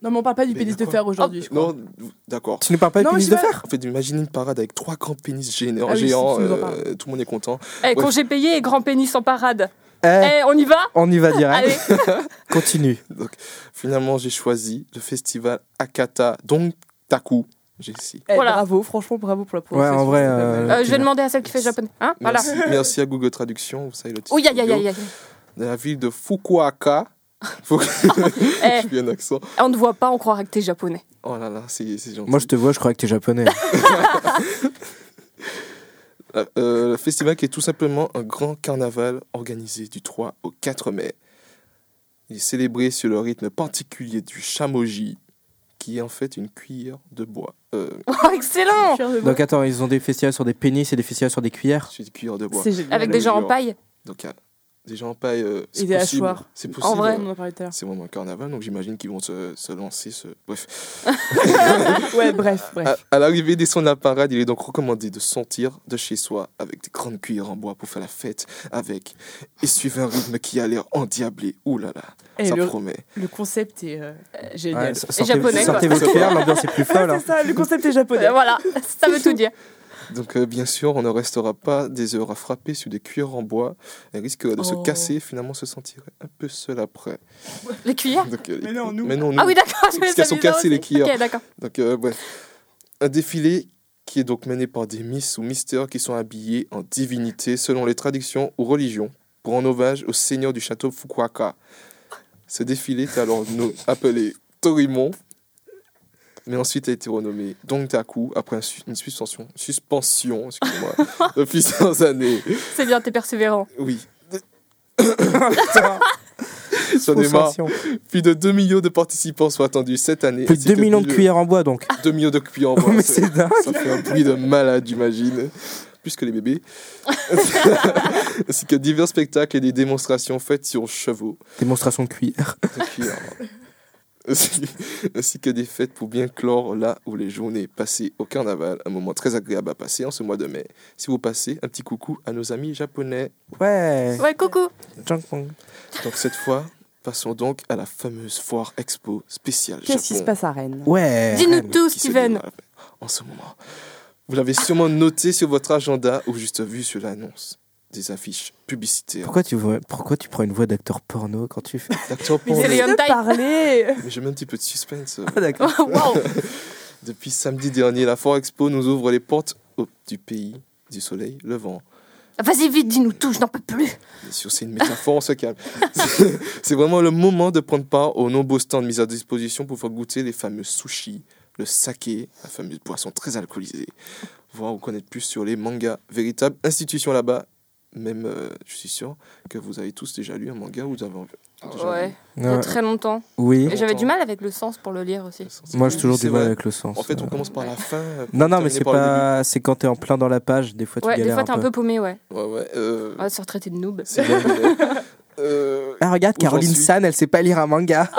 Speaker 1: Non, mais on parle pas du
Speaker 4: Mais
Speaker 1: pénis de
Speaker 4: quoi
Speaker 1: fer aujourd'hui, je crois.
Speaker 4: Non, d'accord.
Speaker 2: Tu nous parles pas du
Speaker 1: Non, mais
Speaker 2: pénis
Speaker 1: je
Speaker 2: de
Speaker 1: sais pas.
Speaker 2: fer
Speaker 4: En fait, imaginez une parade avec trois grands pénis géants.
Speaker 1: Ah oui, si,
Speaker 4: géants,
Speaker 1: si, nous en
Speaker 4: euh,
Speaker 1: parle.
Speaker 4: tout le monde est content.
Speaker 3: Eh,
Speaker 4: ouais.
Speaker 3: Congé payé et grand pénis en parade.
Speaker 2: Eh,
Speaker 3: Eh, on y va
Speaker 2: on y va direct.
Speaker 3: Allez, euh,
Speaker 2: Continue.
Speaker 4: Finalement, j'ai choisi le festival Akata Dongtaku. J'ai ici.
Speaker 1: Eh,
Speaker 3: Voilà.
Speaker 1: Bravo, franchement, bravo pour la
Speaker 2: Ouais,
Speaker 1: prononciation,
Speaker 2: en vrai,
Speaker 1: c'est pas
Speaker 2: euh,
Speaker 1: mal.
Speaker 3: Euh, je vais demander à celle qui fait japonais. Hein voilà.
Speaker 4: Merci, merci à Google Traduction, vous savez le titre.
Speaker 3: Oui, aïe, aïe,
Speaker 4: vidéo.
Speaker 3: aïe, aïe.
Speaker 4: De la ville de Fukuoka. Faut que
Speaker 3: Eh,
Speaker 4: je fais un accent.
Speaker 3: on ne voit pas, on croira que t'es japonais.
Speaker 4: Oh là là, c'est c'est gentil.
Speaker 2: Moi, je te vois, je crois que t'es japonais.
Speaker 4: Euh, le festival qui est tout simplement un grand carnaval organisé du 3 au 4 mai. Il est célébré sur le rythme particulier du chamoji, qui est en fait une cuillère de bois. Euh,
Speaker 3: Oh, excellent
Speaker 1: Fier de vous.
Speaker 2: Donc attends, ils ont des festivals sur des pénis et des festivals sur des cuillères
Speaker 4: c'est une cuillère de bois.
Speaker 1: C'est génial.
Speaker 3: Avec des gens en paille.
Speaker 4: Donc il y a des gens en paille. euh, c'est
Speaker 1: Et des
Speaker 4: possible.
Speaker 1: hachoirs.
Speaker 4: C'est possible.
Speaker 3: En vrai.
Speaker 1: On en parlait tout à
Speaker 4: C'est vraiment un carnaval, donc j'imagine qu'ils vont se, se lancer. Ce... Bref.
Speaker 1: l'heure. Ouais, bref,
Speaker 4: À,
Speaker 2: Ah,
Speaker 1: bref.
Speaker 4: à l'arrivée des sons de la parade, il est donc recommandé de sortir de chez soi avec des grandes cuillères en bois pour faire la fête avec et suivre un rythme qui a l'air endiablé. Ouh là là,
Speaker 1: Et
Speaker 4: ça
Speaker 1: Eh, le,
Speaker 4: promet.
Speaker 1: le concept est euh,
Speaker 2: Ouais,
Speaker 1: génial.
Speaker 2: s- sortez,
Speaker 3: japonais,
Speaker 2: sortez
Speaker 4: quoi.
Speaker 2: vos cuillères, l'ambiance est plus
Speaker 1: Ouais,
Speaker 2: folle. hein.
Speaker 1: c'est ça, le concept est japonais.
Speaker 3: Euh, voilà, ça veut tout dire.
Speaker 4: Donc euh, bien sûr, on ne restera pas des heures à frapper sur des cuillères en bois. Elle risque de se
Speaker 1: Oh.
Speaker 4: casser, finalement se sentir un peu seul après.
Speaker 3: Les cuillères
Speaker 4: Donc, euh, les-
Speaker 1: Ah, Mais non, nous.
Speaker 4: Mais non, nous.
Speaker 3: Ah oui, d'accord, je
Speaker 4: Parce
Speaker 3: vais
Speaker 4: qu'elles sont cassées, les cuillères.
Speaker 3: Ok, d'accord.
Speaker 4: Donc, euh, bref. Un défilé qui est donc mené par des miss ou misters qui sont habillés en divinité selon les traditions ou religions pour en hommage au seigneur du château Fukuoka. Ce défilé est alors no- appelé Torimon, mais ensuite a été renommé Dongtaku après un su- une suspension, suspension excusez-moi, de plusieurs années.
Speaker 3: C'est bien, t'es persévérant.
Speaker 4: Oui. J'en ai marre.
Speaker 2: Sensation.
Speaker 4: Plus de 2 millions de participants sont attendus cette année.
Speaker 2: Plus de 2 millions de
Speaker 4: cuillères
Speaker 2: cuillères en bois donc.
Speaker 4: 2 millions de cuillères en bois.
Speaker 2: Mais c'est dingue.
Speaker 4: Ça fait un bruit de malade, j'imagine. Plus que les bébés. Ainsi que divers spectacles et des démonstrations faites sur chevaux.
Speaker 2: Démonstration de cuillère.
Speaker 4: de cuir. Ainsi, ainsi que des fêtes pour bien clore là où les journées passées au carnaval. Un moment très agréable à passer en ce mois de mai. Si vous passez, un petit coucou à nos amis japonais.
Speaker 2: Ouais.
Speaker 3: Ouais, coucou.
Speaker 2: Jankpong.
Speaker 4: Donc cette fois, passons donc à la fameuse foire expo spéciale
Speaker 1: Qu'est-ce qui se
Speaker 4: Japon.
Speaker 1: passe à Rennes
Speaker 2: Ouais.
Speaker 3: Dis-nous
Speaker 4: Rennes
Speaker 3: tout,
Speaker 4: Eh, qui se
Speaker 3: Steven.
Speaker 4: déroule En ce moment. Vous l'avez sûrement noté sur votre agenda ou juste vu sur l'annonce des affiches publicitaires.
Speaker 2: Pourquoi tu, vois- pourquoi tu prends une voix d'acteur porno quand tu fais
Speaker 4: D'acteurs
Speaker 3: Mais
Speaker 4: porno.
Speaker 3: c'est les-
Speaker 1: Laisse-le
Speaker 3: hentai.
Speaker 1: parler
Speaker 4: Mais j'ai même un petit peu de suspense. euh,
Speaker 2: Ah, d'accord.
Speaker 3: Waouh.
Speaker 4: Depuis samedi dernier, la Foire Expo nous ouvre les portes au- du pays du soleil levant.
Speaker 3: Vas-y, vite, dis-nous tout, je n'en peux plus.
Speaker 4: Bien sûr, c'est une métaphore, on se calme. C'est- C'est vraiment le moment de prendre part aux nombreux stands mis à disposition pour faire goûter les fameux sushis, le saké, la fameuse boisson très alcoolisée. Voir ou connaître plus sur les mangas, véritable institution là-bas. Même, euh, je suis sûr que vous avez tous déjà lu un manga ou vous avez déjà
Speaker 3: Ouais, il y a
Speaker 2: Ouais.
Speaker 3: très longtemps.
Speaker 2: Oui.
Speaker 3: Et J'avais du mal avec le sens pour le lire aussi.
Speaker 4: lu.
Speaker 2: Moi, j'ai toujours
Speaker 4: C'est
Speaker 2: du mal
Speaker 4: vrai.
Speaker 2: avec le sens.
Speaker 4: En fait, on
Speaker 2: Euh,
Speaker 4: commence par la fin. euh, pour
Speaker 2: Non, non, mais
Speaker 4: terminer
Speaker 2: c'est
Speaker 4: par le
Speaker 2: pas. C'est quand t'es en plein dans la page, des fois tu
Speaker 3: Ouais, des
Speaker 2: galères
Speaker 3: fois, t'es un peu paumé, ouais.
Speaker 4: début. Ouais, ouais. euh,
Speaker 3: On va se retraiter de noob.
Speaker 4: C'est bien. Euh,
Speaker 2: Ah, regarde,
Speaker 4: Où j'en
Speaker 2: Caroline
Speaker 4: suis
Speaker 2: San, elle sait pas lire un manga.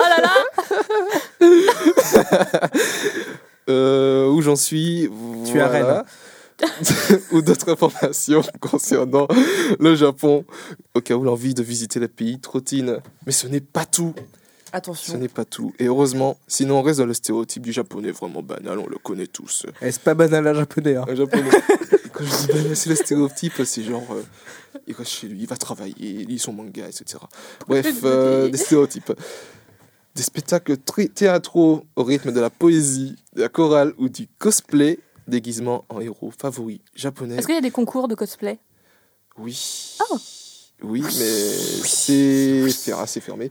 Speaker 4: euh, où j'en suis
Speaker 2: Tu es à Rennes.
Speaker 4: Ou d'autres informations concernant le Japon, au cas où l'envie de visiter le pays trottine. Mais ce n'est pas tout. Ce
Speaker 1: Attention.
Speaker 4: n'est pas tout. Et heureusement, sinon on reste dans le stéréotype du japonais vraiment banal, on le connaît tous.
Speaker 2: Eh, c'est pas banal à japonais. hein.
Speaker 4: Un japonais, quand je dis banal, c'est le stéréotype, c'est genre, euh, il reste chez lui, il va travailler, il lit son manga, etc. Bref, euh, des stéréotypes. Des spectacles tri- théâtraux au rythme de la poésie, de la chorale ou du cosplay, déguisement en héros favoris japonais.
Speaker 3: Est-ce qu'il y a des concours de cosplay
Speaker 4: Oui. Oh. Oui, Oh. mais c'est fer- assez fermé.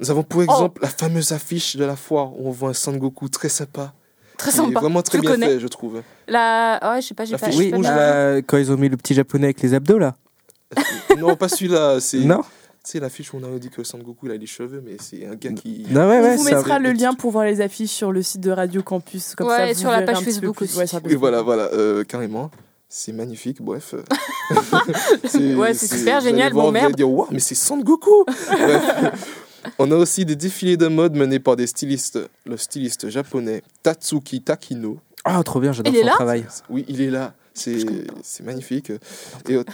Speaker 4: Nous avons pour exemple la fameuse affiche de la foire où on voit un Sangoku très sympa
Speaker 3: Très
Speaker 4: Il est
Speaker 3: sympa.
Speaker 4: vraiment
Speaker 3: Tu
Speaker 4: très
Speaker 3: le
Speaker 4: bien
Speaker 3: connais
Speaker 4: fait, je trouve.
Speaker 3: La... Ouais, je sais pas, j'ai
Speaker 4: La
Speaker 3: pas...
Speaker 4: fiche
Speaker 3: j'ai
Speaker 2: Oui,
Speaker 3: pas
Speaker 4: rouge,
Speaker 3: le-
Speaker 4: là.
Speaker 2: euh, quand ils ont mis le petit japonais avec les abdos là.
Speaker 4: non, pas celui-là. C'est
Speaker 2: Non
Speaker 4: c'est l'affiche où on a dit que Sangoku il a les cheveux, mais c'est un gars qui.
Speaker 2: Non, ouais, ouais.
Speaker 1: on vous
Speaker 2: ça-
Speaker 1: mettra le lien pour voir les affiches sur le site de Radio Campus. Comme
Speaker 3: Ouais,
Speaker 1: ça,
Speaker 3: et
Speaker 1: vous
Speaker 3: sur la
Speaker 1: verrez
Speaker 3: page
Speaker 1: un petit peu
Speaker 3: Facebook
Speaker 1: plus.
Speaker 3: aussi.
Speaker 1: Ouais, sur la page
Speaker 4: Et voilà, voilà, euh, carrément. C'est magnifique, bref.
Speaker 3: Ouais, c'est super,
Speaker 4: vous allez
Speaker 3: génial,
Speaker 4: voir,
Speaker 3: bon,
Speaker 4: vous allez
Speaker 3: merde.
Speaker 4: dire, waouh, mais c'est Sangoku Bref. On a aussi des défilés de mode menés par des stylistes. Le styliste japonais Tatsuki Takino.
Speaker 2: Ah, trop bien, j'adore
Speaker 3: Il est
Speaker 2: son
Speaker 3: là
Speaker 2: travail.
Speaker 4: Oui, il est là. C'est c'est magnifique. Et autres-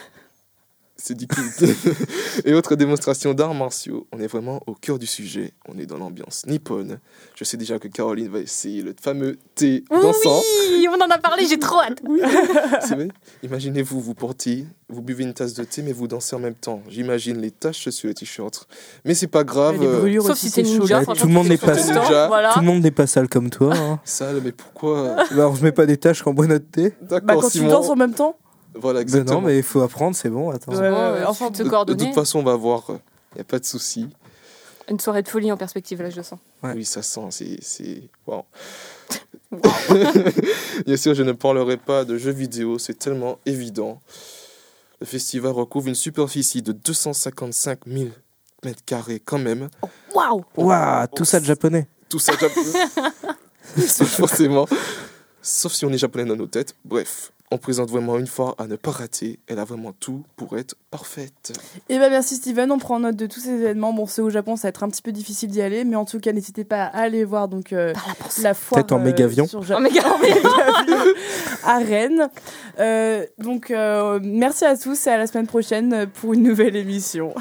Speaker 4: c'est du culte. Et autres démonstrations d'arts martiaux. On est vraiment au cœur du sujet. On est dans l'ambiance nippone. Je sais déjà que Caroline va essayer le fameux thé dansant.
Speaker 3: Oui, on en a parlé, j'ai trop hâte.
Speaker 4: C'est vrai. Imaginez-vous, vous portez, vous buvez une tasse de thé, mais vous dansez en même temps. J'imagine les taches sur le t-shirt. Mais c'est pas
Speaker 1: Facebook.
Speaker 4: grave.
Speaker 1: Les
Speaker 4: euh,
Speaker 1: brûlures
Speaker 3: Sauf
Speaker 1: aussi,
Speaker 3: si t'es
Speaker 1: c'est chaud.
Speaker 3: ninja.
Speaker 2: Bah,
Speaker 3: franchement,
Speaker 2: tout le monde
Speaker 3: c'est
Speaker 2: n'est
Speaker 3: chaud
Speaker 2: pas
Speaker 3: tout le
Speaker 4: ninja.
Speaker 3: temps, Voilà.
Speaker 2: Tout le monde n'est pas sale comme toi. Hein.
Speaker 4: Sale, mais pourquoi
Speaker 2: Bah, on se met pas des tâches quand on boit notre thé.
Speaker 1: Bah,
Speaker 4: D'accord,
Speaker 1: quand tu danses en
Speaker 4: Simon.
Speaker 1: même temps.
Speaker 4: Voilà,
Speaker 2: Bah
Speaker 4: exactement.
Speaker 2: non, mais il faut apprendre, c'est bon, attends.
Speaker 1: Ouais, ouais,
Speaker 3: Bon,
Speaker 1: ouais,
Speaker 3: euh,
Speaker 1: enfin,
Speaker 3: suite de
Speaker 4: de, de
Speaker 3: coordonnées.
Speaker 4: toute façon, on va voir. Il n'y a pas de souci.
Speaker 3: Une soirée de folie en perspective, là, je le sens.
Speaker 2: Ouais.
Speaker 4: Oui, ça sent, c'est... c'est... Wow. Bien sûr, je ne parlerai pas de jeux vidéo, c'est tellement évident. Le festival recouvre une superficie de 255 000 mètres carrés quand même.
Speaker 3: Waouh
Speaker 2: Waouh, tout ça de japonais.
Speaker 4: Tout ça japonais. forcément. Sauf si on est japonais dans nos têtes. Bref, on présente vraiment une fois à ne pas rater. Elle a vraiment tout pour être parfaite.
Speaker 1: Et ben merci Steven, on prend note de tous ces événements. Bon, c'est au Japon, ça va être un petit peu difficile d'y aller, mais en tout cas, n'hésitez pas à aller voir donc euh,
Speaker 3: Par la pensée.
Speaker 1: la foire. euh,
Speaker 2: Peut-être en mégavion.
Speaker 1: sur Ja-
Speaker 3: Oh, mais gars, mais-
Speaker 1: à Rennes. Euh, donc euh, merci à tous et à la semaine prochaine pour une nouvelle émission.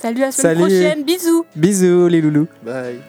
Speaker 3: Salut, à la semaine
Speaker 2: Salut.
Speaker 3: prochaine, bisous
Speaker 2: Bisous, les loulous.
Speaker 4: Bye.